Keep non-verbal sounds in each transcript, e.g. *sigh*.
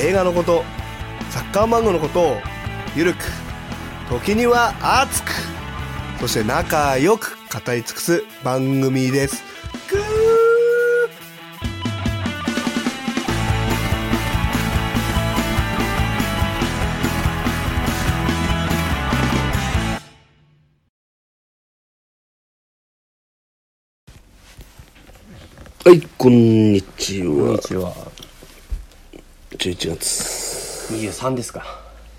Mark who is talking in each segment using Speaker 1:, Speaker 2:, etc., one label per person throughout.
Speaker 1: 映画のことサッカー漫画のことをゆるく時には熱くそして仲良く語り尽くす番組ですぐーはい、こんにち
Speaker 2: こんに
Speaker 1: は。
Speaker 2: ちは。
Speaker 1: 11月
Speaker 2: 23ですか。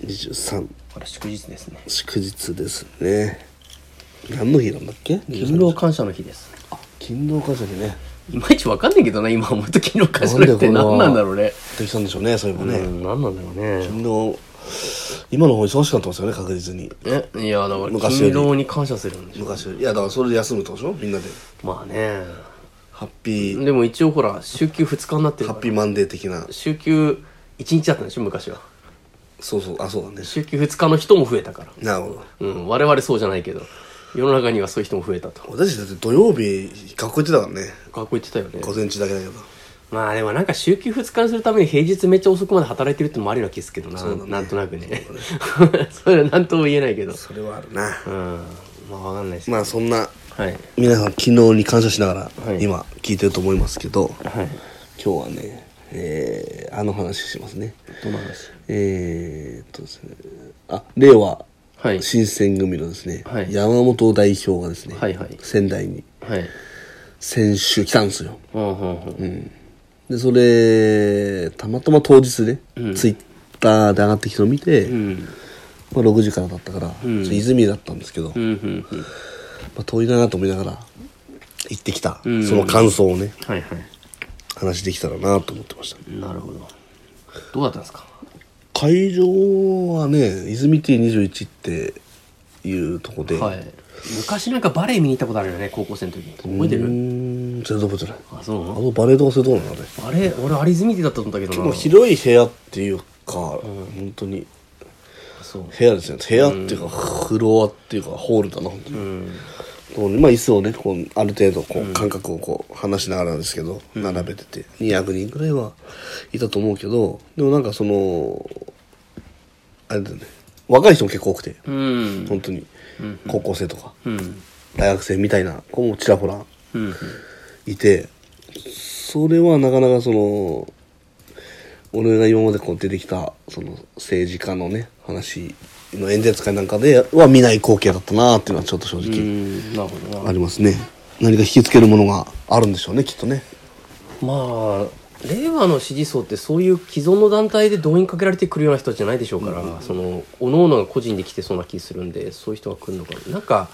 Speaker 1: 23。
Speaker 2: これ祝日ですね。
Speaker 1: 祝日ですね何の日なんだっけ
Speaker 2: 勤労感謝の日です。
Speaker 1: 勤労感謝日ね
Speaker 2: いまいちわかんないけどな、今思うと勤労感謝の日って
Speaker 1: なんでこ
Speaker 2: 何
Speaker 1: んな
Speaker 2: なんだろうね。
Speaker 1: できたんでしょうねそういえば
Speaker 2: う
Speaker 1: ね、
Speaker 2: ん、何なんだろうね。
Speaker 1: 勤労今の方忙しくなってますよね確実に
Speaker 2: え、いや、だから
Speaker 1: 昔より
Speaker 2: 勤労に感謝するんでしょ。
Speaker 1: 昔よりいやだからそれで休むってことでしょみんなで
Speaker 2: まあね。
Speaker 1: ハッピー、
Speaker 2: でも一応ほら、週休2日になってる
Speaker 1: ハ
Speaker 2: か
Speaker 1: ッ
Speaker 2: ら。
Speaker 1: ピーマンデー的な
Speaker 2: 週休1日だったんでしょ、昔は。
Speaker 1: そうそうあそうだね
Speaker 2: 週休2日の人も増えたから。
Speaker 1: なるほど
Speaker 2: うん、我々そうじゃないけど、世の中にはそういう人も増えたと。
Speaker 1: 私だって土曜日学校行ってたからね
Speaker 2: 学校行ってたよね。
Speaker 1: 午前中だけだけど
Speaker 2: まあでもなんか週休2日にするために平日めっちゃ遅くまで働いてるってのもあるような気ですけどな、
Speaker 1: うだね
Speaker 2: なんとなくね *laughs* それは何とも言えないけど
Speaker 1: それはあるな
Speaker 2: うんまあわかんないです、
Speaker 1: まあそんな
Speaker 2: はい
Speaker 1: 皆さん昨日に感謝しながら
Speaker 2: はい
Speaker 1: 今聞いてると思いますけど、
Speaker 2: はい
Speaker 1: 今日はねえー、あの話しますね
Speaker 2: どの話
Speaker 1: えー、っとですね、あ、令和
Speaker 2: はい
Speaker 1: 新選組のですね、
Speaker 2: はい
Speaker 1: 山本代表がですね、
Speaker 2: はいはい
Speaker 1: 仙台に
Speaker 2: はい
Speaker 1: 先週来たんですよ。
Speaker 2: うんうんうん
Speaker 1: で、それ、たまたま当日ね、ツイッターで上がってきたのを見て、
Speaker 2: うん
Speaker 1: まあ、6時からだったから、ちょっと泉だったんですけど、
Speaker 2: う
Speaker 1: ま
Speaker 2: んうんうん
Speaker 1: あ、遠いなと思いながら行ってきた、その感想をね、
Speaker 2: はいはい
Speaker 1: 話できたらなと思ってました。
Speaker 2: なるほどどうだったんですか
Speaker 1: 会場はね、泉 T21 っていうとこで、
Speaker 2: はい昔なんかバレエ見に行ったことあるよね高校生の時覚えて
Speaker 1: う
Speaker 2: る
Speaker 1: ーん、全然覚えてない。
Speaker 2: あそ
Speaker 1: あ
Speaker 2: う
Speaker 1: のバレエとかそれどうなのあれ
Speaker 2: あれ俺アリズミティだったと思ったけど
Speaker 1: もう
Speaker 2: な
Speaker 1: 広い部屋っていうか、本当に
Speaker 2: そう
Speaker 1: 部屋ですね部屋っていうか、フロアっていうかホールだな本当に、
Speaker 2: うん
Speaker 1: こうねまあ椅子をねこうある程度こう間隔をこう話しながらなんですけど、並べてて200人ぐらいはいたと思うけどでもなんかそのあれだよね若い人も結構多くて
Speaker 2: うん
Speaker 1: 本当に高校生とか
Speaker 2: うん
Speaker 1: 大学生みたいな子もちらほら
Speaker 2: うん
Speaker 1: いてそれはなかなかその俺が今までこう出てきたその政治家のね話の演説会なんかでは見ない光景だったなっていうのはちょっと正
Speaker 2: う
Speaker 1: 直
Speaker 2: んなるほどな
Speaker 1: ありますね、何か引きつけるものがあるんでしょうねきっとね
Speaker 2: まあ令和の支持層ってそういう既存の団体で動員かけられてくるような人たちじゃないでしょうから、その各々が個人で来てそうな気するんでそういう人が来るのかななんか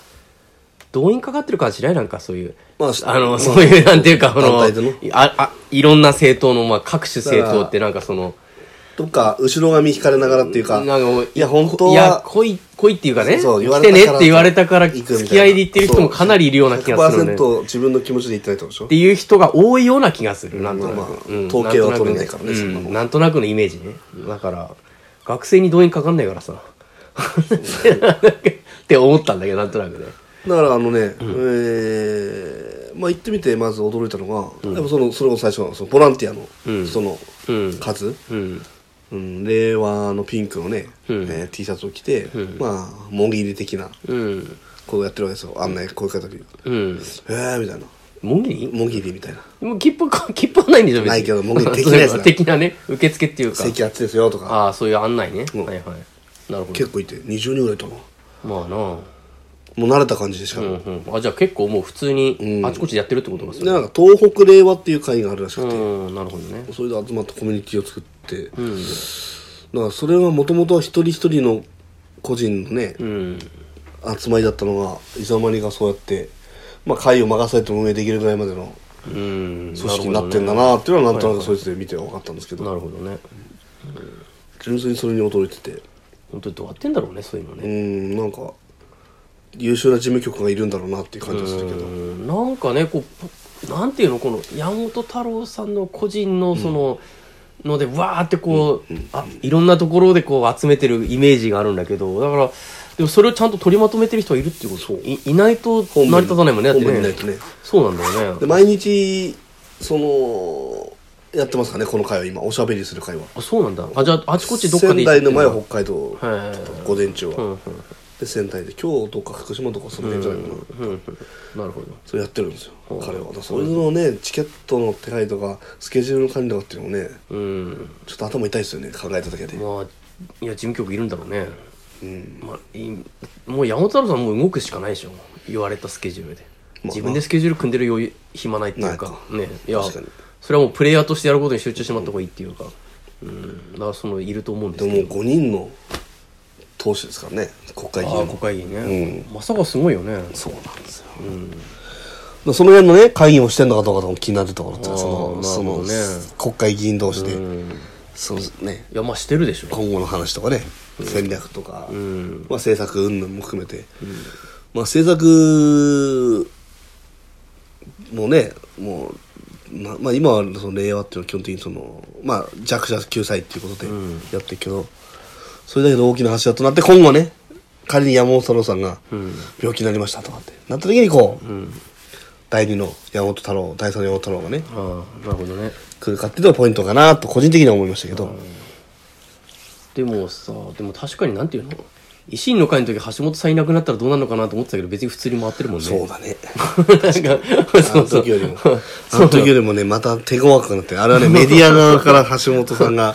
Speaker 2: 動員かかってるからしないなんかそういう、
Speaker 1: まあ
Speaker 2: あの、
Speaker 1: まあ
Speaker 2: そういうなんていうかあの
Speaker 1: 団体でね
Speaker 2: ああいろんな政党の、まあ、各種政党ってなんかその
Speaker 1: どっか後ろ髪引かれながらっていうか
Speaker 2: なんかもう
Speaker 1: いや本当はい
Speaker 2: や来い来いっていうかね
Speaker 1: そう言わ
Speaker 2: 来
Speaker 1: れた
Speaker 2: てねっ
Speaker 1: から
Speaker 2: て言われたから
Speaker 1: 行くみたいな
Speaker 2: 付き合いで行ってる人もかなりいるような気がするねっ
Speaker 1: 100%自分の気持ちで言ってないってこと
Speaker 2: て
Speaker 1: でし
Speaker 2: いう人が多いような気がするなんと
Speaker 1: ょま
Speaker 2: な
Speaker 1: あまあ
Speaker 2: く、うん
Speaker 1: 統計は取れないからね
Speaker 2: うん
Speaker 1: そんなもん
Speaker 2: なんとなくのイメージねだから学生に動員かかんないからさ *laughs* って思ったんだけどなんとなくね
Speaker 1: だからあのね、えーまあ行ってみてまず驚いたのが、やっぱそのそれこそ最初のそのボランティアの、
Speaker 2: ん
Speaker 1: その
Speaker 2: うん
Speaker 1: 数、
Speaker 2: うん
Speaker 1: うん、令和のピンクのね、
Speaker 2: うん
Speaker 1: えー T シャツを着て、まあ、もぎり的な
Speaker 2: うん
Speaker 1: ことをやってるわけですよ。あんな声かけたり。
Speaker 2: うん
Speaker 1: えーみたいな。
Speaker 2: もぎり
Speaker 1: もぎりみたいな。
Speaker 2: もう切符か切符はないんでしょ別に
Speaker 1: ないけども
Speaker 2: *laughs*
Speaker 1: ぎりできないやつだ
Speaker 2: 的なね受付っていうか
Speaker 1: 席あっちですよとか。
Speaker 2: ああそういう案内ね、
Speaker 1: うん
Speaker 2: はいはいなるほど
Speaker 1: 結構いて、20人ぐらいいたの。も
Speaker 2: まあなあ
Speaker 1: う慣れた感じでしか
Speaker 2: う
Speaker 1: も。
Speaker 2: んうん、あじゃあ結構もう普通に
Speaker 1: ん
Speaker 2: あちこちでやってるってことがす
Speaker 1: で、
Speaker 2: る、
Speaker 1: なんか東北令和っていう会があるらしくて、
Speaker 2: うん、なるほどね
Speaker 1: それで集まったコミュニティを作って、だからそれはもともとは一人一人の個人のね、
Speaker 2: うん
Speaker 1: 集まりだったのが、いざまにがそうやって、まあ会を任されて運営できるぐらいまでの
Speaker 2: うん
Speaker 1: 組織になってんだなっていうのはなんとなくそいつで見て分かったんですけど、
Speaker 2: なるほどね
Speaker 1: 純粋にそれに驚いてて
Speaker 2: 本当にどうやってんだろうねそういうの
Speaker 1: う
Speaker 2: ね
Speaker 1: んなんか優秀な事務局がいるんだろうなっていう感じがするけど
Speaker 2: うんなんかねこうなんていうのこの山本太郎さんの個人のその、のでわーってこう、あいろんなところでこう集めてるイメージがあるんだけどだからでもそれをちゃんと取りまとめてる人はいるっていうこといいないと成り立たないもんねだっ
Speaker 1: 本
Speaker 2: て
Speaker 1: 部
Speaker 2: ね
Speaker 1: にないとね
Speaker 2: そうなんだよ
Speaker 1: で
Speaker 2: ね
Speaker 1: 毎日そのやってますかねこの会は今おしゃべりする会は
Speaker 2: あそうなんだあじゃああちこちどっかで
Speaker 1: 仙台の前は
Speaker 2: は
Speaker 1: 北海道
Speaker 2: はい
Speaker 1: 午前中
Speaker 2: うんう
Speaker 1: は
Speaker 2: ん
Speaker 1: で仙台で京都か福島とかその辺じゃないかな
Speaker 2: うんうんなるほど
Speaker 1: それやってるんですよ
Speaker 2: ほう
Speaker 1: 彼はだからそういうのをねチケットの手配とかスケジュールの管理とかっていうのもね
Speaker 2: うん
Speaker 1: ちょっと頭痛いですよね考えただけで
Speaker 2: まあいや事務局いるんだろうね
Speaker 1: うん
Speaker 2: まあ、いもう山本太郎さんもう動くしかないでしょ言われたスケジュールで、
Speaker 1: あ
Speaker 2: 自分でスケジュール組んでる余裕暇ないっていうか
Speaker 1: ない
Speaker 2: ねいや
Speaker 1: 確かに
Speaker 2: それはもうプレイヤーとしてやることに集中してもらった方がいいっていうか、うんだからそのいると思うんで
Speaker 1: ですも
Speaker 2: けど
Speaker 1: 5人の党首ですからね国会議
Speaker 2: ああ
Speaker 1: 員
Speaker 2: 国会議員ね、まさかすごいよね
Speaker 1: そうなんですよ、でその辺のね会議をしてんのかどうかとかも気になるところって
Speaker 2: あー
Speaker 1: その,、
Speaker 2: まあ
Speaker 1: その
Speaker 2: まあね
Speaker 1: 国会議員同士で、
Speaker 2: うんい
Speaker 1: そのね
Speaker 2: やまあしてるでしょ
Speaker 1: 今後の話とかね、戦略とか、ま
Speaker 2: ん
Speaker 1: あ、政策云々も含めて、まあ、政策もねもうなまあ、今はその令和っていうのは基本的にその、まあ、弱者救済っていうことでやってるけど、それだけの大きな柱となって今後ね仮に山本太郎さんが病気になりましたとかってなった時にこう、第2の山本太郎第3の山本太郎がね
Speaker 2: ああなるほどね
Speaker 1: 来るかっていうのがポイントかなと個人的には思いましたけど、
Speaker 2: でもさでも確かになんていうの維新の会の時橋本さんいなくなったらどうなるのかなと思ってたけど別に普通に回ってるもんね
Speaker 1: そうだね。
Speaker 2: *laughs* なんか
Speaker 1: あ
Speaker 2: そう
Speaker 1: の
Speaker 2: そう
Speaker 1: 時よりも。あの時よりもね、また手強くなってる、あれはね、メディア側から橋本さんが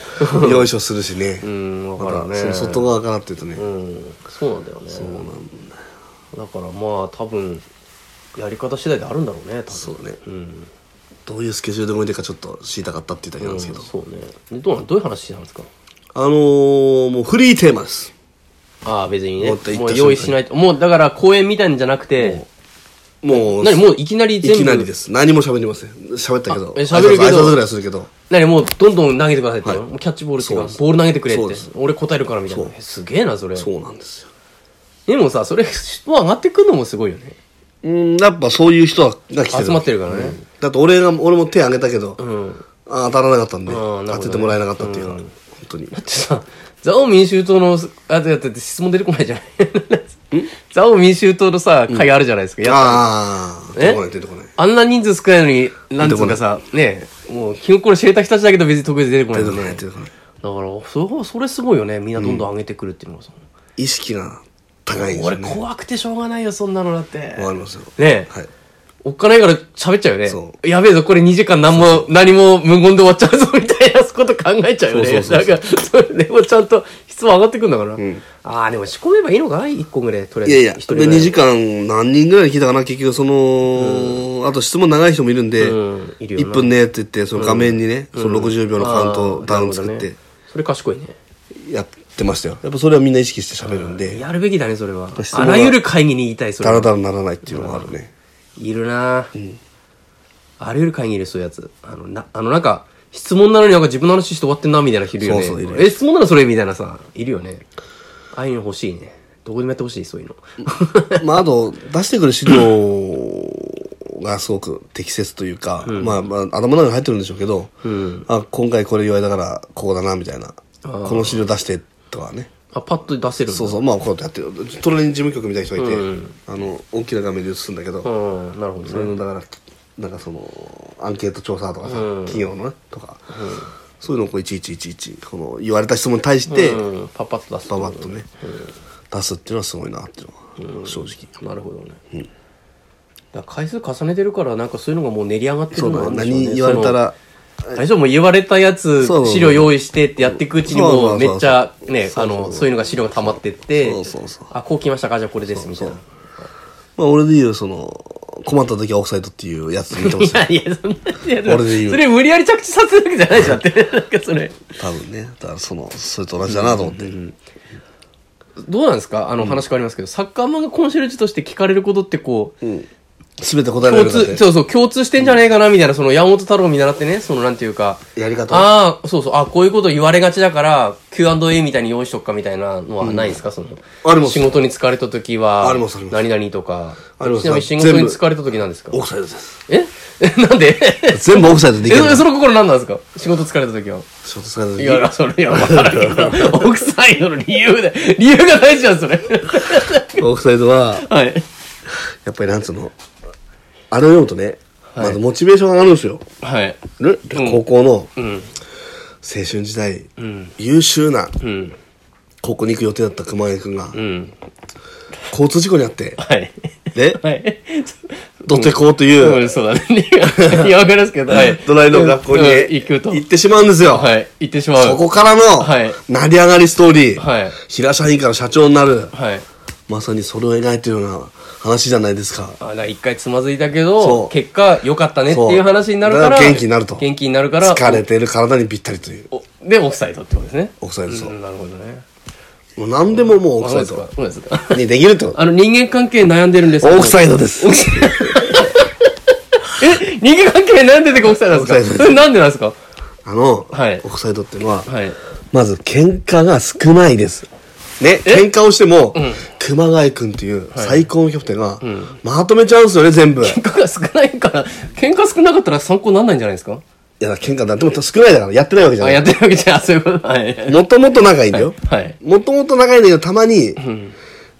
Speaker 1: よいしょするしね。
Speaker 2: うん
Speaker 1: ま
Speaker 2: わから
Speaker 1: た
Speaker 2: んね
Speaker 1: その外側からっていうとね、
Speaker 2: うんそうなんだよねそうなんだからまあ多分やり方次第であるんだろうね多分
Speaker 1: そうね、
Speaker 2: ん
Speaker 1: どういうスケジュールで動いてるかちょっと知りたかったって言っただけなんですけど。
Speaker 2: そうねでどうなんどういう話なんですか
Speaker 1: あのー、もうフリーテーマです。
Speaker 2: ああ別にね
Speaker 1: もっと行った
Speaker 2: もう用意しないともうだから公演みたいんじゃなくて
Speaker 1: もう、
Speaker 2: 何もういきなり
Speaker 1: い
Speaker 2: 全部
Speaker 1: きなりです。何も喋りません。喋ったけど。
Speaker 2: あえ喋るけど
Speaker 1: 挨拶挨拶ぐらいはするけど。
Speaker 2: 何もうどんどん投げてくださいって、もうキャッチボールっていう
Speaker 1: そう
Speaker 2: か
Speaker 1: です
Speaker 2: ボール投げてくれって
Speaker 1: そうです
Speaker 2: 俺答えるからみたいな
Speaker 1: そう
Speaker 2: えすげえなそれ
Speaker 1: そうなんですよ。
Speaker 2: でもさそれ人上がってくるのもすごいよね
Speaker 1: うん、やっぱそういう人が来てる。
Speaker 2: 集まってるからね、
Speaker 1: だって俺が、俺も手挙げたけど、
Speaker 2: うん
Speaker 1: あ当たらなかったんで、
Speaker 2: あーなるほどね
Speaker 1: 当ててもらえなかったっていうのは、本当に。
Speaker 2: だってさ、 *laughs* ザオ民衆党の、あ、だって質問出てこないじゃない *laughs* ザオ民衆党のさ、会あるじゃないですか。やっぱ
Speaker 1: ああ、出てこない出てこない。
Speaker 2: あんな人数少ないのに、なんつうかさ、ねえもう、記憶の知れた人たちだけど別に特別出てこない
Speaker 1: 出
Speaker 2: よ
Speaker 1: てこない
Speaker 2: ね。
Speaker 1: 出てこない。
Speaker 2: だから、そそれすごいよね。みんなどんどん上げてくるっていうのがさ。
Speaker 1: 意識が高いんです
Speaker 2: 俺
Speaker 1: よね。
Speaker 2: 怖くてしょうがないよ、そんなのだって。
Speaker 1: わかりますよ。
Speaker 2: ねえ
Speaker 1: はい。
Speaker 2: おっかないから喋っちゃうよね
Speaker 1: そ。
Speaker 2: やべえぞ、これ2時間何も、何も無言で終わっちゃうぞ、 *laughs* みたいなこと考えちゃうよね。
Speaker 1: そうそうそうそう
Speaker 2: なんか、それでもちゃんと質問上がってくんだから。ああ、でも仕込めばいいのかな ?1 個ぐらい、とりあ
Speaker 1: い
Speaker 2: えず。
Speaker 1: やいや、で
Speaker 2: 一人ぐらい
Speaker 1: 2時間何人ぐらいに聞いたかな、結局その、あと質問長い人もいるんで、
Speaker 2: うんいるよ
Speaker 1: 1
Speaker 2: な
Speaker 1: 分ねって言って、その画面にね、その60秒のカウント
Speaker 2: あー
Speaker 1: ダウン
Speaker 2: なるほ
Speaker 1: 作
Speaker 2: ど
Speaker 1: っ
Speaker 2: ね
Speaker 1: て
Speaker 2: それ賢いね。
Speaker 1: やってましたよ。やっぱそれはみんな意識して喋るんで、
Speaker 2: やるべきだね、それは。
Speaker 1: 質問
Speaker 2: あ
Speaker 1: が
Speaker 2: らゆる会議に言いたい、それ
Speaker 1: だ
Speaker 2: は
Speaker 1: らだらならないっていうのがあるね。
Speaker 2: いるなぁ、あらゆる会議にいるそういうやつ。あの、な、あの、なんか、質問なのになんか自分の話して終わってんな、みたいな人いるよね。
Speaker 1: そうそういる
Speaker 2: え、質問ならそれみたいなさ、いるよね。ああいうの欲しいね。どこでもやってほしい、そういうの。
Speaker 1: *laughs* まあ、あと、出してくる資料がすごく適切というか、まあ、まあ、頭の中に入ってるんでしょうけど、あ今回これ言われたから、こうだな、みたいな。
Speaker 2: あー
Speaker 1: この資料出して、とかね。
Speaker 2: *laughs* あ、パッと出せるんだ
Speaker 1: そうそう、まあ、こうやってやってる。隣に事務局みたいな人がいて、あの、大きな画面で映すんだけど、
Speaker 2: うん、なるほど
Speaker 1: それの、
Speaker 2: ね。
Speaker 1: だから、なんかその、アンケート調査とかさ、企業のね、とか、そういうのをこう、いちいちいちいち、この、言われた質問に対して、
Speaker 2: うん、パッパッと出す。
Speaker 1: ババッとね、出すっていうのはすごいな、っていうのは、正直。
Speaker 2: なるほどね。だから回数重ねてるから、なんかそういうのがもう練り上がってるの
Speaker 1: そう
Speaker 2: な
Speaker 1: だ
Speaker 2: んでしょうね
Speaker 1: 何言われたら
Speaker 2: その最初もう言われたやつ、
Speaker 1: そう
Speaker 2: 資料用意してってやっていくうちに
Speaker 1: そうそう
Speaker 2: も
Speaker 1: そうう
Speaker 2: めっちゃね、
Speaker 1: そ
Speaker 2: あ
Speaker 1: うそうそう
Speaker 2: の、そういうのが資料が溜まってって
Speaker 1: そうそうそう、
Speaker 2: あ、こう来ましたか、じゃあこれです、みたいな。
Speaker 1: まあ、俺で言う、その、困った時はオフサイドっていうやつ見てほしい。
Speaker 2: い *laughs* やいや、そんないや、
Speaker 1: 俺で言う
Speaker 2: それ無理やり着地させるわけじゃないじゃんって。
Speaker 1: *laughs*
Speaker 2: なんかそれ。
Speaker 1: 多分ね。だから、その、それと同じだなと思って。
Speaker 2: どうなんですかあの話変わりますけど、サッカーマンがコンシェルジュとして聞かれることってこう、
Speaker 1: 全て答えられ
Speaker 2: 共
Speaker 1: るかって
Speaker 2: 通、そうそう、共通してんじゃねえかな、みたいな、その山本太郎を見習ってね、そのなんていうか、
Speaker 1: やり方は
Speaker 2: ああ、そうそう、あこういうこと言われがちだから、Q&A みたいに用意しとくかみたいなのはないですか、その。
Speaker 1: あります
Speaker 2: 仕事に疲れた時は、
Speaker 1: ありますあります
Speaker 2: 何々とか。
Speaker 1: あります
Speaker 2: ちなみに仕事に疲れた時なんですか
Speaker 1: オフサイドです
Speaker 2: え *laughs* なんで
Speaker 1: 全部オフサイドで
Speaker 2: え、
Speaker 1: *laughs* いける
Speaker 2: そその心何なんですか仕事疲れた時は。
Speaker 1: ショートサイド
Speaker 2: い
Speaker 1: で
Speaker 2: や、それやばいけど。奥サイドの理由で、理由が大事なんですよね。
Speaker 1: オフサイドは
Speaker 2: はい。
Speaker 1: やっぱりなんつうのあれを読むとね、
Speaker 2: はい
Speaker 1: まずモチベーションが上がるんですよ、
Speaker 2: はい。
Speaker 1: ね高校の青
Speaker 2: うん。
Speaker 1: 春時代、
Speaker 2: ん
Speaker 1: 優秀な
Speaker 2: うん。
Speaker 1: 高校に行く予定だった熊谷君が
Speaker 2: うん。
Speaker 1: 交通事故にあって
Speaker 2: はい。
Speaker 1: ね
Speaker 2: はい。
Speaker 1: ドテコと
Speaker 2: *laughs*
Speaker 1: いう、
Speaker 2: うん、そうだね。いや、わかりますけど、はい。
Speaker 1: ドライの学校に
Speaker 2: う
Speaker 1: 行
Speaker 2: ん行くと。
Speaker 1: ってしまうんですよ、
Speaker 2: はい。行ってしまう。
Speaker 1: そこからの
Speaker 2: はい
Speaker 1: 成り上がりストーリー、
Speaker 2: はい。
Speaker 1: 平社員から社長になる
Speaker 2: はい。
Speaker 1: まさにそれを描いてるような話じゃないですか
Speaker 2: あ、だから一回つまずいたけ
Speaker 1: そ
Speaker 2: ど、
Speaker 1: う
Speaker 2: 結果良かったねっていう話になるか
Speaker 1: だ
Speaker 2: ら、
Speaker 1: から元気になると
Speaker 2: 元気になるから、
Speaker 1: 疲れてる体にぴったりという
Speaker 2: おおで、オフサイドってことですね。
Speaker 1: オフサイドそう
Speaker 2: うんなるほどね。
Speaker 1: もう何でももうオ
Speaker 2: あ
Speaker 1: フ
Speaker 2: そう
Speaker 1: サイ
Speaker 2: で
Speaker 1: ド。
Speaker 2: すかそうですか。
Speaker 1: にできるってこと
Speaker 2: あの、人間関係悩んでるんです
Speaker 1: オフサ
Speaker 2: イ
Speaker 1: イド
Speaker 2: *laughs*
Speaker 1: です
Speaker 2: ド。え人間関係悩んで *laughs* てオフサイドなんで
Speaker 1: オフサイ
Speaker 2: すか
Speaker 1: ド
Speaker 2: えなんでなんですか
Speaker 1: あの、
Speaker 2: はい
Speaker 1: オフサイドっていうのは、
Speaker 2: はい。
Speaker 1: まず喧嘩が少ないです。ね、喧嘩をしても、熊谷君っていう最高のキャプテンが、まとめちゃうんですよね、
Speaker 2: *laughs*
Speaker 1: 全部。い
Speaker 2: 喧嘩が少ないから、喧嘩少なかったら参考になんないんじゃないですか
Speaker 1: や、喧嘩なんても少ないだから、やってないわけじゃ
Speaker 2: あ、
Speaker 1: な
Speaker 2: や
Speaker 1: い。
Speaker 2: ってるわけじゃん。あそういうこと。はい。
Speaker 1: もともと仲いいんだよ。
Speaker 2: はい。
Speaker 1: もともと仲いいんだけど、たまに、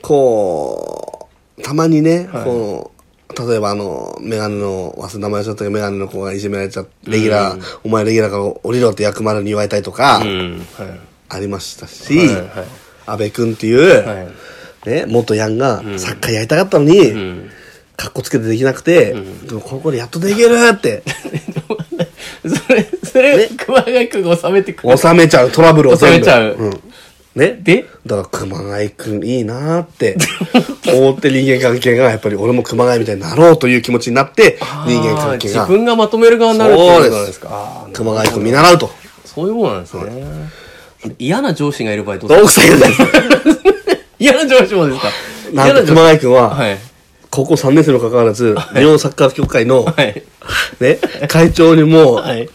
Speaker 1: こう、たまにね、こう、例えばあの、メガネの、忘れ名前忘れちゃったけど、メガネの子がいじめられちゃって、レギュラー、お前レギュラーから降りろって役丸に言われたりとか、
Speaker 2: うん。はい。
Speaker 1: ありましたし、
Speaker 2: はいはい
Speaker 1: 安倍君っていう、
Speaker 2: はい
Speaker 1: ね、元ヤンがサッカーやりたかったのに、
Speaker 2: ん
Speaker 1: かっこつけてできなくて、でも高校でやっとできるって、 *laughs*
Speaker 2: それ、それ、熊谷君が収めてくれ
Speaker 1: 収めちゃう、トラブルを全部。
Speaker 2: 収めちゃうん
Speaker 1: ね。
Speaker 2: で
Speaker 1: だから熊谷君いいなーって、思って人間関係が、やっぱり俺も熊谷みたいになろうという気持ちになって、人間関係
Speaker 2: あー自
Speaker 1: が。
Speaker 2: 分がまとめる側になるっていうことなんですかあー
Speaker 1: 熊谷君見習うと。
Speaker 2: そういうものなんですね嫌な上司がいる場合どうする
Speaker 1: 奥さんがです。
Speaker 2: 嫌な上司も *laughs* ですか
Speaker 1: なんと
Speaker 2: 嫌
Speaker 1: 熊谷君は、
Speaker 2: はい
Speaker 1: 高校3年生にもかかわらず、日本サッカー協会の、
Speaker 2: はい
Speaker 1: ね、会長にも、
Speaker 2: はい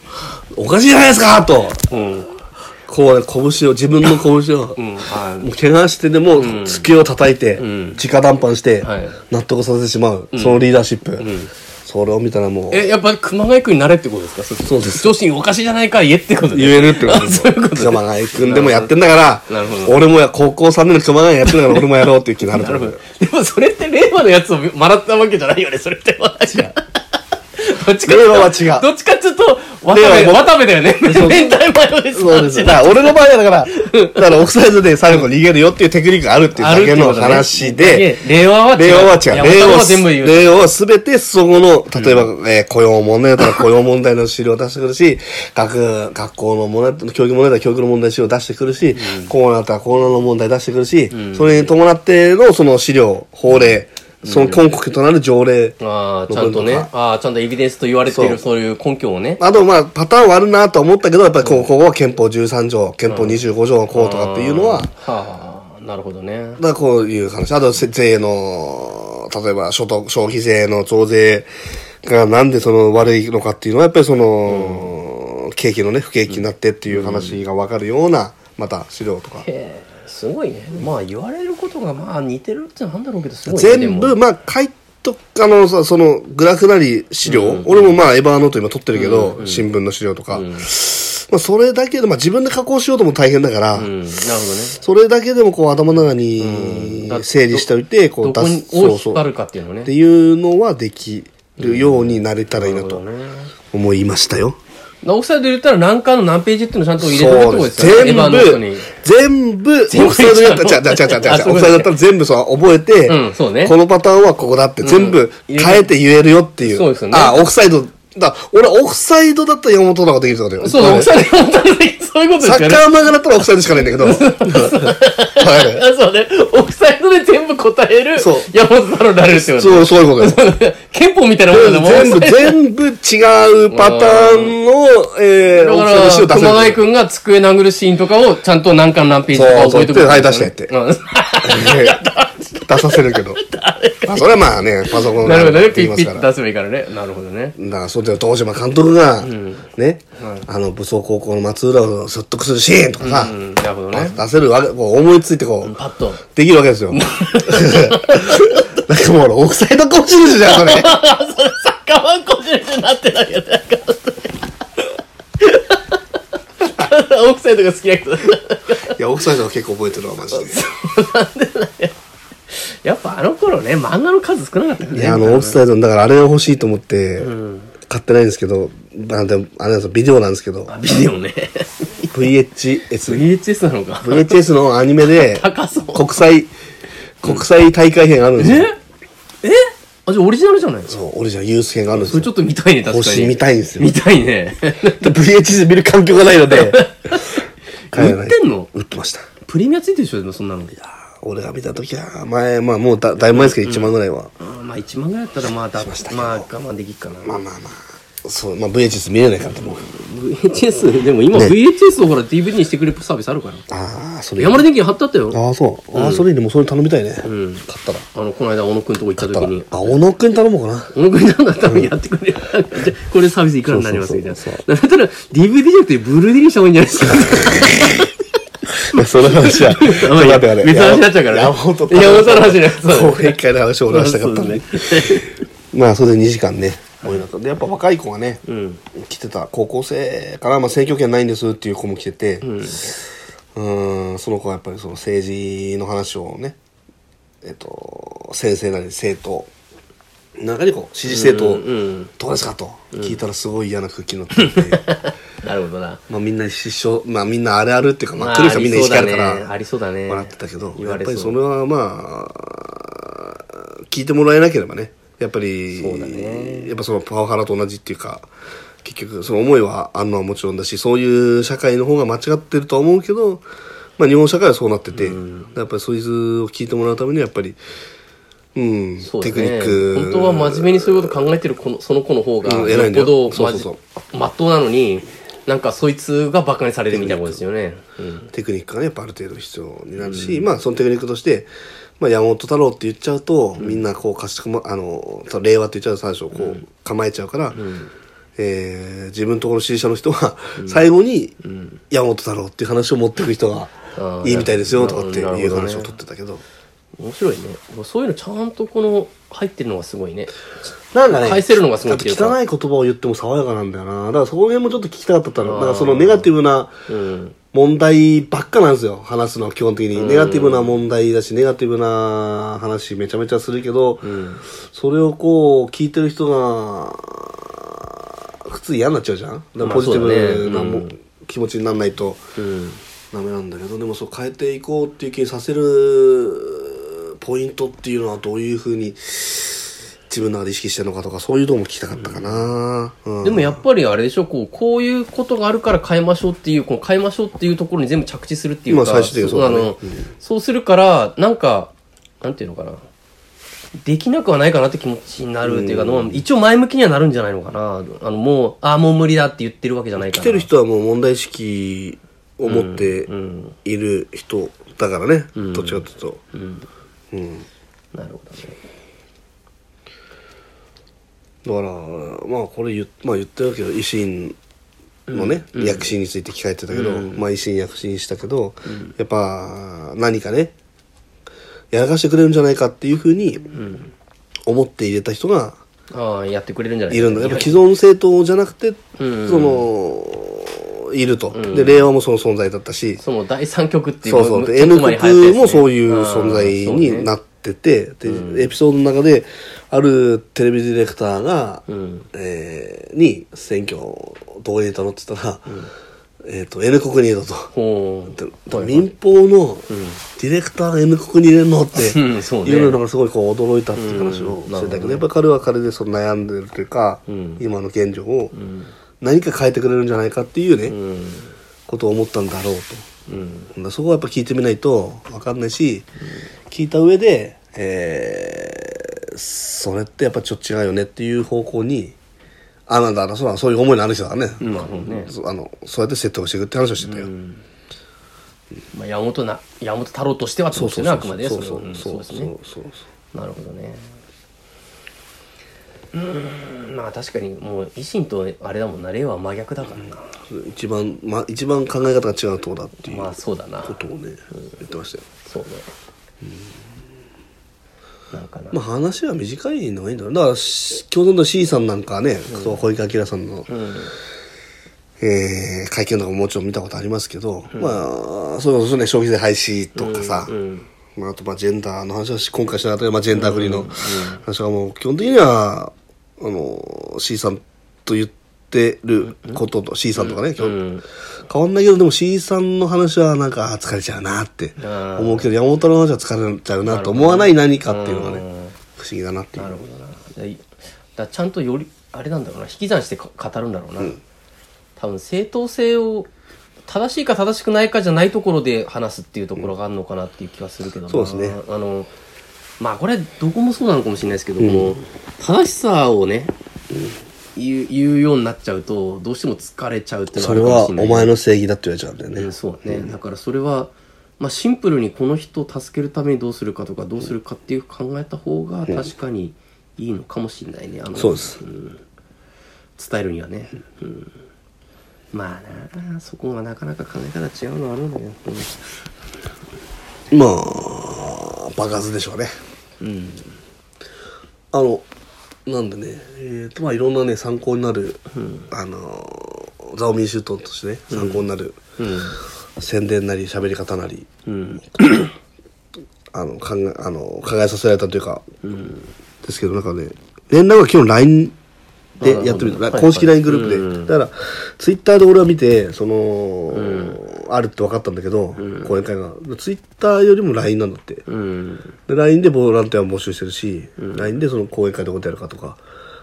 Speaker 1: おかしいじゃないですかと、
Speaker 2: うん
Speaker 1: こうね、拳を、自分の拳を、
Speaker 2: うん
Speaker 1: も
Speaker 2: は
Speaker 1: う怪我してでも、机を叩いて、
Speaker 2: ん
Speaker 1: 直談判して
Speaker 2: はい、
Speaker 1: 納得させてしまう、そのリーダーシップ。それを見たらもう
Speaker 2: い、えやっぱり熊谷君になれってことですかそう
Speaker 1: です
Speaker 2: 上司におかしいじゃないから言えってこと
Speaker 1: 言えるってこと
Speaker 2: あそういうことです
Speaker 1: 熊谷君でもやってんだから
Speaker 2: なるほどなる、ほ
Speaker 1: 俺もや、高校3年の熊谷やってんだから、俺もやろうっていう気になる
Speaker 2: な
Speaker 1: と
Speaker 2: る
Speaker 1: 思
Speaker 2: ほ
Speaker 1: う
Speaker 2: どでもそれって令和のやつを学ったわけじゃないよねそれって私が *laughs* どっちか
Speaker 1: 令和は違う
Speaker 2: どっちかっつうと渡
Speaker 1: 令
Speaker 2: 部
Speaker 1: 和は
Speaker 2: 渡部だよね *laughs*
Speaker 1: そう
Speaker 2: 明太マヨです
Speaker 1: そうです。だから俺の場合はだから、だからオフサイドで最後逃げるよっていうテクニックがあるっていうだけの話で、
Speaker 2: あるってことね、令和は違う。
Speaker 1: 令和は違う。
Speaker 2: 令
Speaker 1: 令和
Speaker 2: 和は
Speaker 1: は
Speaker 2: 全部言う。
Speaker 1: 令和は全てそこの、例えば、えー雇用問題だったら雇用問題の資料を出してくるし、学、学校の問題だったら、教育問題だったら教育の問題資料を出してくるし、コーナーだったらコーナーの問題出してくるし、それに伴ってのその資料、法令、その根拠となる条例、
Speaker 2: ああ、ちゃんとね。
Speaker 1: 残るの
Speaker 2: ああ、ちゃんとエビデンスと言われてい
Speaker 1: そ
Speaker 2: る
Speaker 1: う
Speaker 2: そういう根拠をね。
Speaker 1: あと、まあ、パターンはあるなと思ったけど、やっぱりこうここは憲法13条、憲法25条のこうとかっていうのは、
Speaker 2: はあ、なるほどね。
Speaker 1: だからこういう話。あと、せ税の、例えば、所得、消費税の増税がなんでその悪いのかっていうのは、やっぱりその、景気のね、不景気になってっていう話がわかるような、また資料とか。
Speaker 2: へえ、すごいね。まあ、言われることがまあ似てるってなんだろうけど、すごいね。
Speaker 1: 全
Speaker 2: で
Speaker 1: 部、
Speaker 2: も。
Speaker 1: まあ、書いとあの、さその、グラフなり資料、俺もまあ、エバーノート今撮ってるけど、新聞の資料とか。まあ、それだけで、まあ、自分で加工しようとも大変だから、
Speaker 2: うん、なる
Speaker 1: それだけでもこう、頭の中
Speaker 2: うん
Speaker 1: に
Speaker 2: だって
Speaker 1: 整理しておいて、こ
Speaker 2: ほどね。ど
Speaker 1: う、
Speaker 2: こに
Speaker 1: す、
Speaker 2: を引っ張るかっていうのね。
Speaker 1: っていうのはできるようになれたらいい
Speaker 2: な
Speaker 1: な
Speaker 2: るほど
Speaker 1: と
Speaker 2: ね。だか
Speaker 1: 思いましたよ。
Speaker 2: らオフサイドで言ったら何巻の何ページっていうのをちゃんと入れてるってこと
Speaker 1: そう
Speaker 2: で
Speaker 1: です
Speaker 2: よ
Speaker 1: す
Speaker 2: ね。
Speaker 1: 全部
Speaker 2: エヴァ
Speaker 1: 全部、
Speaker 2: ノートに。、全部
Speaker 1: オフサイドやったら、じゃ
Speaker 2: 入
Speaker 1: じゃ
Speaker 2: っち
Speaker 1: じ
Speaker 2: ゃ
Speaker 1: ゃじゃ
Speaker 2: う
Speaker 1: じゃ
Speaker 2: あ
Speaker 1: オ
Speaker 2: そういう
Speaker 1: フ
Speaker 2: こと
Speaker 1: サイド
Speaker 2: ね
Speaker 1: だったら全部そう覚えて、
Speaker 2: うんそうね
Speaker 1: このパターンはここだって全部
Speaker 2: うん
Speaker 1: 変えて言えるよっていう。
Speaker 2: そうですよね
Speaker 1: あ、オフサイド。だ俺、オフサイドだったら山本とかできるってことだよ。
Speaker 2: そう、オフサイド、本当にそういうことです
Speaker 1: サ
Speaker 2: よね
Speaker 1: ッ。カー漫画だったらオフサイドしかないんだけど。わかる
Speaker 2: あそうね。オフサイドで全部答える
Speaker 1: そう
Speaker 2: 山本太郎になれるってこと
Speaker 1: そう、そういうことです。
Speaker 2: 憲法みたいなもんだもん。
Speaker 1: 全部、全部違うパターンの、えー、
Speaker 2: だ
Speaker 1: オ
Speaker 2: か
Speaker 1: フサイド
Speaker 2: ら、
Speaker 1: 資料出せる。
Speaker 2: 熊谷くんが机殴るシーンとかをちゃんと何巻何ページとか覚えておく
Speaker 1: そうそう
Speaker 2: こと
Speaker 1: はい出してって
Speaker 2: うん
Speaker 1: 出させるけど。まあそれはまあね、パソコン
Speaker 2: *laughs* なるほどね。
Speaker 1: って
Speaker 2: ピ
Speaker 1: 言い
Speaker 2: ッ
Speaker 1: ま
Speaker 2: ピ
Speaker 1: す
Speaker 2: ッ
Speaker 1: か
Speaker 2: て
Speaker 1: ら。
Speaker 2: 出せばいいからね。なるほどね。
Speaker 1: だから、そうだよ、東島監督が、ね、
Speaker 2: はい
Speaker 1: あの、武装高校の松浦を説得するシーンとかさ、
Speaker 2: うん、なるほどね。
Speaker 1: 出せるわけ、こう思いついてこう、
Speaker 2: パッと。
Speaker 1: できるわけですよ。なんかもう俺、オフサイドコーチじゃ
Speaker 2: *laughs*
Speaker 1: ん、それ。
Speaker 2: サッカーマンコジになってないよね。なんかオフサイドが好きな人だ
Speaker 1: いや、オフサイドは結構覚えてるわ、マジで。
Speaker 2: やっぱあの頃ね漫画の数少なかったから
Speaker 1: い
Speaker 2: ね
Speaker 1: や、あの、オフサイドの、だからあれが欲しいと思って、買ってないんですけど、まあでも、あれなんですよ、ビデオなんですけど、
Speaker 2: あビデオね
Speaker 1: VHS。
Speaker 2: *laughs* VHS なのか
Speaker 1: VHS のアニメ
Speaker 2: *laughs*
Speaker 1: で、
Speaker 2: 高そう
Speaker 1: 国際、国際大会編あるんです
Speaker 2: え
Speaker 1: よ。
Speaker 2: えあじゃあオリジナルじゃないそ
Speaker 1: そう、俺じゃユース編があるんです
Speaker 2: れ
Speaker 1: よ
Speaker 2: ちょ。っと見たいね確かに
Speaker 1: 星見たいんですよ
Speaker 2: 見たいね
Speaker 1: で VHS で見る環境がないので、買えない
Speaker 2: *laughs* 売ってんの
Speaker 1: 売ってました。
Speaker 2: *laughs* プレミアついてるでしょでもそんなのいや
Speaker 1: 俺が見た時は、前、まあもうだだいぶ前ですけど、1万ぐらいは。
Speaker 2: まあ1万ぐらいだったらまあだまあ我慢できるかな
Speaker 1: まあまあまあ、そう、まあ VHS 見れないからと思う。
Speaker 2: VHS でも今 VHS をほら DVD にしてくれるサービスあるから
Speaker 1: ああ、それ。
Speaker 2: 山田電機に貼ってあったよ
Speaker 1: ああ、そう。ああ、それにでもそれ頼みたいね。買ったら。
Speaker 2: あのこの間小野くんとこ行った時
Speaker 1: 買っ
Speaker 2: に
Speaker 1: たら。あ、小野くん頼もうかな。
Speaker 2: 小野くんなんだったらやってくれるじゃあこれサービスいくらになりますみたいな
Speaker 1: そうそう
Speaker 2: だったら DVD じゃなくてブルーディにした方がいいんじゃないですか
Speaker 1: *laughs* その話は、ちょっと待って待って。
Speaker 2: 別の話になっちゃうからね。
Speaker 1: いや、本当
Speaker 2: いや、本当の話ね。そう
Speaker 1: 講演会の話を俺はしたかったんで。まあ、それで2時間ね。多いなとで、やっぱ若い子がね、来てた、高校生から、まあ、選挙権ないんですっていう子も来てて、うーん、その子はやっぱりその政治の話をね、えっと、先生なり生徒、中にこう、支持政党、どうですかと聞いたらすごい嫌な空気になって *laughs* て、
Speaker 2: なるほどな。
Speaker 1: まあみんな失笑、まあみんなあれあるっていうか、ま
Speaker 2: ま
Speaker 1: あ
Speaker 2: あ
Speaker 1: 来る人はみんな意識あるか
Speaker 2: ありそうだね
Speaker 1: ら、
Speaker 2: あ
Speaker 1: 笑
Speaker 2: りそうだね
Speaker 1: ってたけど、
Speaker 2: 言
Speaker 1: やっぱ
Speaker 2: われそう
Speaker 1: りそれはまあ、聞いてもらえなければね、やっぱり、
Speaker 2: そうだね
Speaker 1: やっぱそのパワハラと同じっていうか、結局その思いはあるのはもちろんだし、そういう社会の方が間違ってるとは思うけど、まあ日本社会はそうなってて、やっぱりそいつを聞いてもらうためにはやっぱり、うん、
Speaker 2: そう
Speaker 1: テ
Speaker 2: です
Speaker 1: クニッ。
Speaker 2: ね
Speaker 1: ク。
Speaker 2: 本当は真面目にそういうこと考えてるこのその子の方が、
Speaker 1: うん偉いんだよ
Speaker 2: よほど
Speaker 1: そう
Speaker 2: ま
Speaker 1: そう
Speaker 2: じ
Speaker 1: そう
Speaker 2: まっとうなのに、なんかそいつが馬鹿にされるみたいなことですよね。うん
Speaker 1: テクニックがねやっぱある程度必要になるし、まあそのテクニックとして、まあ、山本太郎って言っちゃうと、みんなこうかしこまあのそう令和って言っちゃうと最初こう、構えちゃうから、えー自分のところの支持者の人は、最後に山本太郎っていう話を持っていく人が
Speaker 2: あー
Speaker 1: いいみたいですよとかって
Speaker 2: なるほど
Speaker 1: い
Speaker 2: ね
Speaker 1: う話を取ってたけど
Speaker 2: 面白いね。そういうのちゃんとこの、入ってるのがすごいね。
Speaker 1: なんかね
Speaker 2: 返せるのがすごい
Speaker 1: あ
Speaker 2: っ
Speaker 1: と
Speaker 2: ていうか
Speaker 1: 汚い言葉を言っても爽やかなんだよなだからそこら辺もちょっと聞きたかったの
Speaker 2: あー
Speaker 1: だからそのネガティブな、
Speaker 2: うん。
Speaker 1: 問題ばっかなんですよ話すのは基本的にネガティブな問題だしネガティブな話めちゃめちゃするけど、それをこう聞いてる人が普通嫌になっちゃうじゃんだから
Speaker 2: まあ
Speaker 1: ポジティ
Speaker 2: そう
Speaker 1: ブ
Speaker 2: だ
Speaker 1: な
Speaker 2: ね
Speaker 1: も、
Speaker 2: うん
Speaker 1: 気持ちにならないと
Speaker 2: うん。
Speaker 1: ダメなんだけどでもそう変えていこうっていう気にさせるポイントっていうのはどういうふうに自分の中で意識してるのかとかそういうのも聞きたかったかな、うん
Speaker 2: でもやっぱりあれでしょ、こう、こういうことがあるから変えましょうっていう、この変えましょうっていうところに全部着地するっていうか、
Speaker 1: まあ最終的にそうだね
Speaker 2: あの、そうするから、なんか、なんていうのかな。できなくはないかなって気持ちになるっていうか、まあ一応前向きにはなるんじゃないのかな。あの、もう、ああ、もう無理だって言ってるわけじゃないか
Speaker 1: 来
Speaker 2: ら。
Speaker 1: てる人はもう問題意識を持っている人だからね、どっちかというと、
Speaker 2: なるほどね。
Speaker 1: だからまあこれ言,、まあ、言ってるけど維新のね、躍進について聞かれてたけど、まあ維新躍進したけど、やっぱ何かねやらかしてくれるんじゃないかっていうふうに思って入れた人が
Speaker 2: ああ、やってくれるんじゃない
Speaker 1: いるんだやっぱ既
Speaker 2: い
Speaker 1: 存政党じゃなくて、
Speaker 2: ん
Speaker 1: そのいると、で令和もその存在だったし、
Speaker 2: その第三極ってい
Speaker 1: そう
Speaker 2: う
Speaker 1: そう。で
Speaker 2: ちょっ
Speaker 1: N
Speaker 2: と前に流行ったやつね
Speaker 1: 国もそういう存在になってて、で、エピソードの中で、あるテレビディレクターが、えーに、選挙、どこにいたのって言ったら、えっと、N 国にいたと。
Speaker 2: ほう。
Speaker 1: で民放のディレクターが N 国にいれるのって
Speaker 2: うんそうね
Speaker 1: いうのがすごいこう驚いたっていう話をしてたけど、やっぱり彼は彼でその悩んでるというか、今の現状を何か変えてくれるんじゃないかっていうね、
Speaker 2: うん。
Speaker 1: ことを思ったんだろうと。
Speaker 2: うん。
Speaker 1: だからそこはやっぱ聞いてみないと分かんないし、聞いた上で、えーそれってやっぱちょっと違うよねっていう方向にあなんだあのそうだそういう思いのある人だからね、
Speaker 2: まあ、そうね。
Speaker 1: そあのそうやって説得していくって話をしてたよ、
Speaker 2: まあ、山本な、山本太郎としてはってことですよね、あくまでね。
Speaker 1: そうそう
Speaker 2: れはん
Speaker 1: そうそう
Speaker 2: です
Speaker 1: そう
Speaker 2: ね。
Speaker 1: そうそう
Speaker 2: なるほどねうーんまあ確かにもう維新とあれだもんな令和は真逆だからな、
Speaker 1: 一番、まあ、一番考え方が違うとこだっていう
Speaker 2: まあそうだな
Speaker 1: ことをね、言ってましたよ
Speaker 2: そうねなんかな、
Speaker 1: まあ話は短いのがいいんだろうだからし共存の C さんなんかはね、そう小池晃さんの、
Speaker 2: うん
Speaker 1: えー会見とかももちろん見たことありますけど、まあそれこそね消費税廃止とかさ、
Speaker 2: うん
Speaker 1: まあ、あとまあジェンダーの話はし今回しなかったけど、まあ、ジェンダーフリーの話はもう基本的にはあの C さんと言ってることと C さんとかね、基
Speaker 2: う
Speaker 1: 本
Speaker 2: ん
Speaker 1: 変わんないけどでも C さんの話はなんかあ疲れちゃうなって
Speaker 2: あー
Speaker 1: 思うけど山本の話は疲れちゃうなと思わない何かっていうのがね
Speaker 2: うん
Speaker 1: 不思議だなっていう
Speaker 2: なるほどなじゃあいだからちゃんとよりあれなんだろうな引き算してか語るんだろうな、多分正当性を正しいか正しくないかじゃないところで話すっていうところがあるのかなっていう気はするけどな
Speaker 1: そうですね
Speaker 2: あのまあこれどこもそうなのかもしれないですけど、この正しさをね、言う言うようになっちゃうとどうしても疲れちゃうっていうの
Speaker 1: そ
Speaker 2: は
Speaker 1: れは
Speaker 2: あるかもし
Speaker 1: お
Speaker 2: れない
Speaker 1: 前の正義だって言われちゃうんだよね、
Speaker 2: うん、そうね、だからそれは、まあ、シンプルにこの人を助けるためにどうするかとかどうするかっていう考えた方が確かにいいのかもしれないねあの
Speaker 1: そうです
Speaker 2: ん伝えるにはね、うんまあなそこがなかなか考え方違うのはあるんだよ、
Speaker 1: まあ爆発でしょうね
Speaker 2: うんうん、
Speaker 1: あのなんでねえーとまあいろんなね参考になる、あのーザオミンシュートとしてね参考になる、
Speaker 2: うん
Speaker 1: 宣伝なり喋り方なり
Speaker 2: うん
Speaker 1: あの考えあの考えさせられたというか、ですけどなんかね連絡は昨日 LINE で
Speaker 2: あなるほど
Speaker 1: やってみた、
Speaker 2: はいはい
Speaker 1: 公式 LINE グループで、
Speaker 2: うん
Speaker 1: だからツイッターで俺は見てその、あるって分かったんだけど、講演会がツイッターよりも LINE なんだって、
Speaker 2: うん
Speaker 1: で LINE でボランティアも募集してるし、LINE でその講演会どこでやるかとか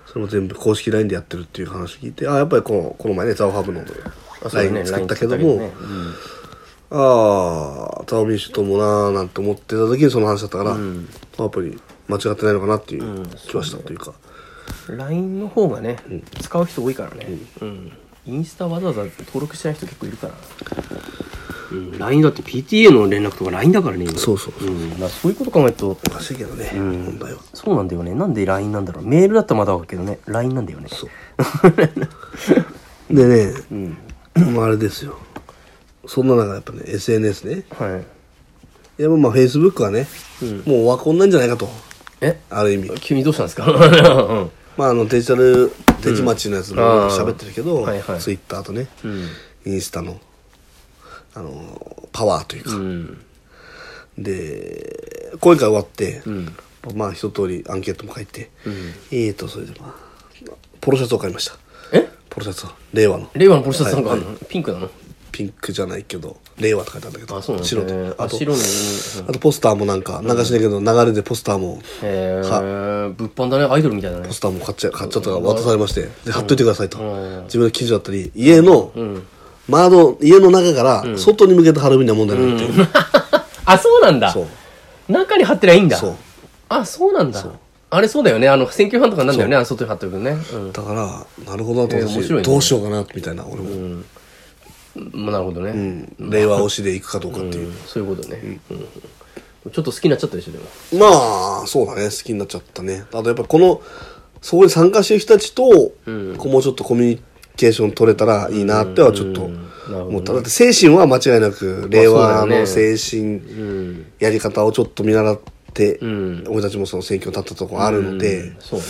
Speaker 1: それも全部公式 LINE でやってるっていう話聞いてあやっぱりこのこの前ねザオハブの
Speaker 2: あそうだ
Speaker 1: LINE
Speaker 2: ね
Speaker 1: 作ったけど
Speaker 2: LINE
Speaker 1: も、
Speaker 2: 作ったけどね
Speaker 1: ああ、タオミンシュともなーなんて思ってた時にその話だったから、やっぱり間違ってないのかなっていう気はしたというか、
Speaker 2: うん LINE の方がね、使う人多いからね、うんインスタわざわざ登録してない人結構いるから、うん、LINE だって PTA の連絡とか LINE だからね今
Speaker 1: そうそうそう
Speaker 2: うん、だからそういうこと考えると
Speaker 1: おかしいけどね、問題は。
Speaker 2: そうなんだよねなんで LINE なんだろうメールだったらまだわかるけどね LINE なんだよね *laughs*
Speaker 1: そうでね、 *clears throat*
Speaker 2: ん
Speaker 1: まああれですよ。そんな中やっぱね、SNS ね。
Speaker 2: はい
Speaker 1: いやまあ Facebook はね、もうオワコンなんじゃないかと、
Speaker 2: え
Speaker 1: ある意味。
Speaker 2: 急にどうしたんですか、うん
Speaker 1: まああのデジタル、デジマッチのやつも
Speaker 2: あー
Speaker 1: 喋ってるけど、
Speaker 2: はいはい
Speaker 1: Twitter とね、
Speaker 2: うん
Speaker 1: インスタの、あの、パワーというか、
Speaker 2: *laughs* うん
Speaker 1: で今回終わって、
Speaker 2: ん
Speaker 1: まあ一通りアンケートも書いて、
Speaker 2: ん
Speaker 1: えーとそれでまあポロシャツを買いました
Speaker 2: え
Speaker 1: ポロシャツを令和の
Speaker 2: 令和のポルシャツなんかあるの、
Speaker 1: は
Speaker 2: ピンクなの
Speaker 1: ピンクじゃないけど令和って書いてあるんだけど
Speaker 2: あそうなんです
Speaker 1: 白
Speaker 2: ね
Speaker 1: であ
Speaker 2: あ
Speaker 1: と
Speaker 2: 白の
Speaker 1: あとポスターもなんか流しだけど流れでポスターも
Speaker 2: えー、物販だねアイドルみたいだね
Speaker 1: ポスターも買っちゃ買っちゃったから渡されましてで貼っといてくださいと
Speaker 2: うん
Speaker 1: 自分の記事だったり家の窓家の中から外に向けて貼る分には問題ないっていう
Speaker 2: あそうなんだ
Speaker 1: *laughs* そう
Speaker 2: 中に貼ってりゃいいんだ
Speaker 1: そう
Speaker 2: あそうなんだあれそうだよねあの選挙班とかなんだよねあの外に貼ってるけどねうん
Speaker 1: だからなるほどなと思って
Speaker 2: えー面白いね
Speaker 1: どうしようかなみたいな俺も
Speaker 2: まあなるほどね
Speaker 1: うん令和推しで行くかどうかっていう
Speaker 2: うんそういうことねうんちょっと好きになっちゃったでしょでも
Speaker 1: まあそうだね好きになっちゃったねあとやっぱこのそこに参加してる人たちと、こうもうちょっとコミュニケーション取れたらいいなってはちょっと
Speaker 2: うんなるほど
Speaker 1: 思
Speaker 2: ね
Speaker 1: った、だって精神は間違いなく令和
Speaker 2: まあ
Speaker 1: の
Speaker 2: そうだ
Speaker 1: 精
Speaker 2: よ
Speaker 1: 神
Speaker 2: うん
Speaker 1: やり方をちょっと見習って、
Speaker 2: ん
Speaker 1: 俺たちもその選挙に立ったとこあるので、
Speaker 2: そうね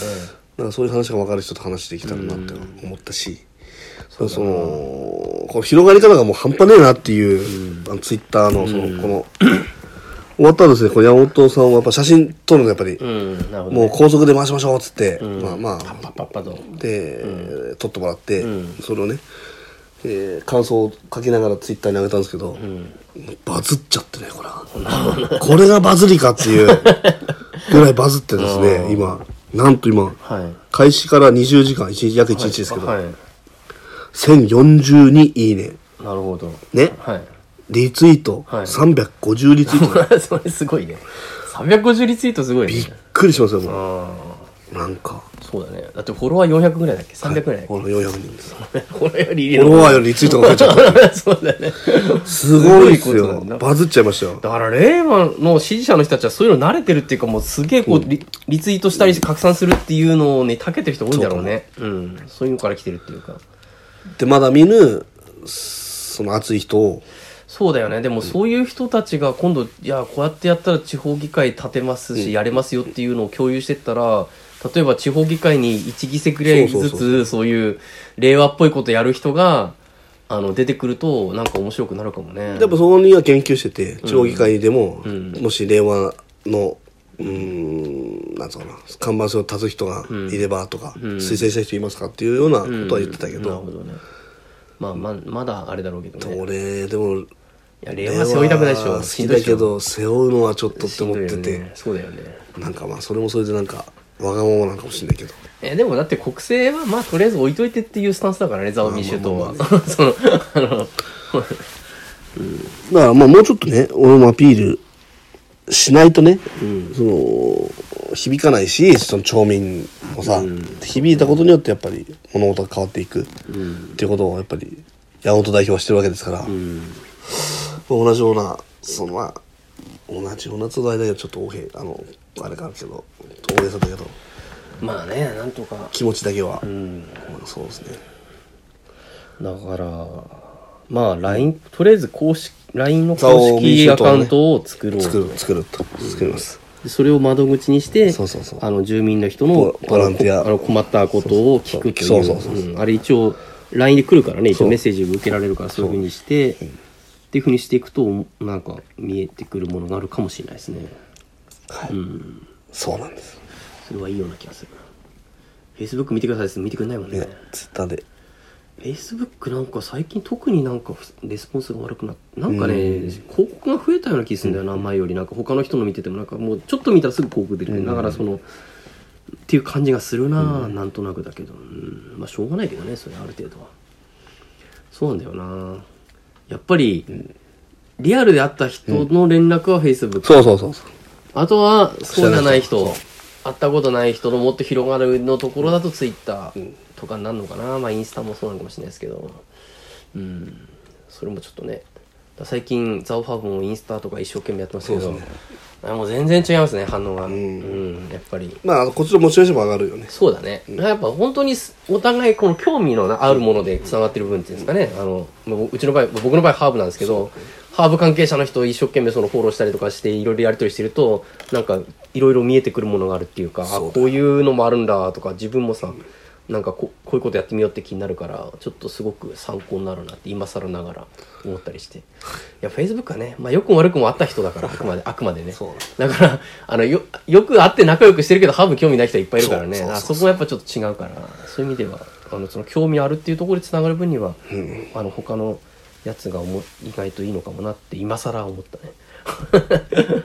Speaker 1: なんかそういう話が分かる人と話できたらなって思ったし、そのこの広がり方がもう半端ねえなっていう、あのツイッターのその、この終わったらですねこう山本さんはやっぱ写真撮るのがやっぱり、
Speaker 2: うんなるほど
Speaker 1: もう
Speaker 2: ね
Speaker 1: 高速で回しましょうっつって、まあま
Speaker 2: パッパ
Speaker 1: あ
Speaker 2: ッパッパと
Speaker 1: で、撮ってもらって、それをね、えー感想を書きながらツイッターに上げたんですけど、バズっちゃってねこれ *laughs* これがバズりかっていうぐらいバズってですね今なんと今、
Speaker 2: はい
Speaker 1: 開始から20時間1日約1日ですけど、
Speaker 2: はい
Speaker 1: 1042いいね
Speaker 2: なるほど
Speaker 1: ね
Speaker 2: はい *laughs*
Speaker 1: リツイート、
Speaker 2: はい
Speaker 1: 350リツイート
Speaker 2: それすごいね350リツイートすごいね
Speaker 1: びっくりしますよもう
Speaker 2: あ
Speaker 1: なんか
Speaker 2: そうだねだってフォロワー400ぐらいだっけ300ぐらいだっ
Speaker 1: この400人です
Speaker 2: けフォロワーより入
Speaker 1: フ
Speaker 2: れ
Speaker 1: ォロワーよりリツイートが増えちゃっ
Speaker 2: そうだね
Speaker 1: たすごいっす
Speaker 2: *laughs* すごいことな
Speaker 1: よ
Speaker 2: んだ
Speaker 1: バズっちゃいましたよ
Speaker 2: だから令和の支持者の人たちはそういうの慣れてるっていうかもうすげえこうリリツイートしたり拡散するっていうのに長けてる人多いんだろうねうんそういうのから来てるっていうか
Speaker 1: でまだ見ぬその熱い人を
Speaker 2: そうだよねでもそういう人たちが今度いやこうやってやったら地方議会立てますし、やれますよっていうのを共有してったら例えば地方議会に1議席ぐらい
Speaker 1: そうそう
Speaker 2: ず
Speaker 1: そう
Speaker 2: つそういう令和っぽいことやる人があの出てくるとなんか面白くなるかもね
Speaker 1: やっぱそこには研究してて地方議会でも、もし令和のうーんなんつうのかな看板書を立つ人がいればとか、推薦した人いますかっていうようなことは言ってたけ
Speaker 2: なる
Speaker 1: ど
Speaker 2: ほ、どねまあままだあれだろうけどね
Speaker 1: 俺でも
Speaker 2: いや令和背負いたくないでし
Speaker 1: 令
Speaker 2: ょ
Speaker 1: 和好
Speaker 2: し
Speaker 1: き
Speaker 2: んどい
Speaker 1: だ
Speaker 2: でし
Speaker 1: け
Speaker 2: ょ
Speaker 1: ど背負うのはちょっとって思って
Speaker 2: しんどい
Speaker 1: て、
Speaker 2: よねそうだよね
Speaker 1: なんかまあそれもそれでなんかわがままなんかもしれないけど
Speaker 2: えでもだって国政はまあとりあえず置いといてっていうスタンスだからねザオ民主党は *laughs* そのあの
Speaker 1: だからまあもうちょっとね俺もアピールしないとね、その響かないしその町民もさ、響いたことによってやっぱり物事が変わっていくっていうことをやっぱり山本代表はしてるわけですから、同じようなそのまあ同じような世代だけどちょっと大平あのあれがあるけど大平さんだけど
Speaker 2: まあねなんとか
Speaker 1: 気持ちだけは、そうですね
Speaker 2: だからまあ LINE とりあえず公式 LINE の
Speaker 1: そう
Speaker 2: 公
Speaker 1: 民
Speaker 2: 式
Speaker 1: 主
Speaker 2: ア
Speaker 1: 党は
Speaker 2: カ
Speaker 1: ね
Speaker 2: ウントを作ろう
Speaker 1: 作る作ると作ります、
Speaker 2: でそれを窓口にして
Speaker 1: そうそうそう
Speaker 2: あの住民の人の
Speaker 1: ボボランティア
Speaker 2: あのこあの困ったことを聞くとい
Speaker 1: そうそうそうそうそう
Speaker 2: うんあれ一応 LINE で来るからね一
Speaker 1: そ
Speaker 2: 応
Speaker 1: う
Speaker 2: メッセージ受けられるからそういうふうにしてっていうふうにしていくとなんか見えてくるものがあるかもしれないですね
Speaker 1: はいそうなんです
Speaker 2: それはいいような気がする Facebook 見てくださいです見てくれないもんね
Speaker 1: ねツイッターで
Speaker 2: Facebook なんか最近特になんかレスポンスが悪くなってなんかね、広告が増えたような気がするんだよな、前よりなんか他の人の見ててもなんかもうちょっと見たらすぐ広告出てくる、だからそのっていう感じがするな、なんとなくだけど、うんまあしょうがないけどねそれある程度はそうなんだよなやっぱり、リアルで会った人の連絡は Facebook、
Speaker 1: そうそうそうそう
Speaker 2: あとは、そうじゃない人、会ったことない人のもっと広がるのところだとツイッターとかになるのかな、まあインスタもそうなのかもしれないですけど、うん、それもちょっとね、だから最近、ザオファブもインスタとか一生懸命やってますけど、あもう全然違いますね、反応が。うん、やっぱり。
Speaker 1: まあ、あのこっちのモチベーションも上がるよね。
Speaker 2: そうだね、やっぱ本当にすお互いこの興味のなあるものでつながってる部分っていうんですかね、あのまあうちの場合僕の場合ハーブなんですけど、ハーブ関係者の人を一生懸命そのフォローしたりとかしていろいろやり取りしてるとなんかいろいろ見えてくるものがあるっていうかあ
Speaker 1: そうだよ
Speaker 2: こういうのもあるんだとか自分もさなんかここういうことやってみようって気になるからちょっとすごく参考になるなって今更ながら思ったりしていやフェイスブックはね、まあ、よくも悪くもあった人だからあくまであくまでね
Speaker 1: そう
Speaker 2: だからあのよよく会って仲良くしてるけどハーブ興味ない人はいっぱいいるから
Speaker 1: そう
Speaker 2: ね
Speaker 1: そうそう
Speaker 2: あそこはやっぱちょっと違うからそういう意味ではあのその興味あるっていうところでつながる分には、あの他のやつがおも意外といいのかもなって今更思ったね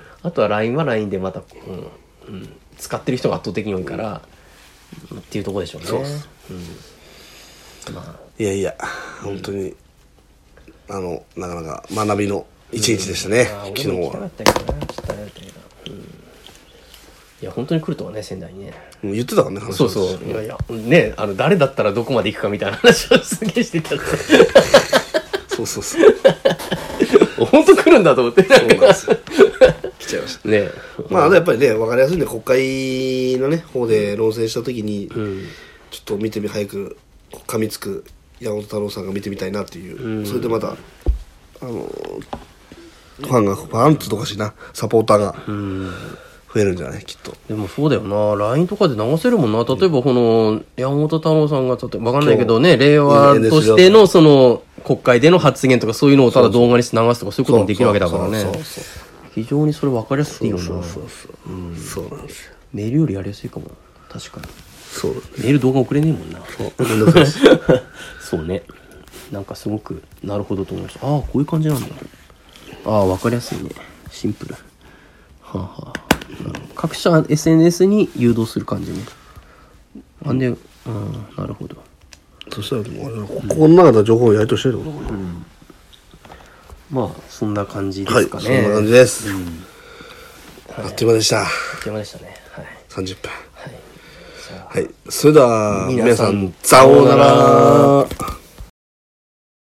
Speaker 2: *laughs* あとは LINE は LINE でまた、うんうん、使ってる人が圧倒的に多いから、うんっていうところでしょうね
Speaker 1: そうっす
Speaker 2: うん、まあ
Speaker 1: いやいや、本当に、あの、なかなか学びの一日でしたね、
Speaker 2: あ
Speaker 1: 昨
Speaker 2: ー
Speaker 1: 日
Speaker 2: 俺も行きたか
Speaker 1: は
Speaker 2: っ。たけどなちょっとあれだったけどうんいや本当に来るとはね仙台にね
Speaker 1: うん言ってたからね、話
Speaker 2: そうそう。いやいや、ね、あの、誰だったらどこまで行くかみたいな話をすげえしてたから
Speaker 1: そうそうそう。 *laughs*
Speaker 2: 本当来るんだと思って。
Speaker 1: そうなんですよ。来ちゃいました。
Speaker 2: ね。
Speaker 1: まあ、あとやっぱりね、わかりやすいんで、国会のね、方で論戦した時に、ちょっと見てみ、早く、噛みつく山本太郎さんが見てみたいなっていう、それでまた、あの、ファンが、ファンっつうとおかしいな、サポーターが増えるんじゃないきっと。
Speaker 2: でもそうだよな。LINE とかで流せるもんな。例えばこの、山本太郎さんが、ちょっとわかんないけどね、令和としてのその、国会での発言とかそういうのをただ動画にして流すとかそういうこともできるわけだからね
Speaker 1: そう。そうそう
Speaker 2: 非常にそれ分かりやすくていいよ
Speaker 1: そう
Speaker 2: な。
Speaker 1: そうそう、そうなんですよ
Speaker 2: メールよりやりやすいかも。確かに。
Speaker 1: そうなんです
Speaker 2: メール動画送れねえもんな。
Speaker 1: めんどくさいです
Speaker 2: そう *laughs* ねなんかすごくなるほどと思いましたああこういう感じなんだああ分かりやすいねシンプルはあ、はあ、なるほど各社 SNS に誘導する感じねあんでうんなるほど
Speaker 1: そしたらもう俺らここの中では情報をやりとしてるってことかな
Speaker 2: まあそんな感じで
Speaker 1: はい
Speaker 2: す
Speaker 1: そ
Speaker 2: か
Speaker 1: ん
Speaker 2: ね、
Speaker 1: な感じです、あっという間でした
Speaker 2: 邪魔でしたねはい
Speaker 1: 30分
Speaker 2: はい
Speaker 1: はい。それでは、皆
Speaker 2: 皆
Speaker 1: さ
Speaker 2: さ
Speaker 1: ん
Speaker 2: ん、
Speaker 1: さような
Speaker 2: さような
Speaker 1: ら
Speaker 2: ら。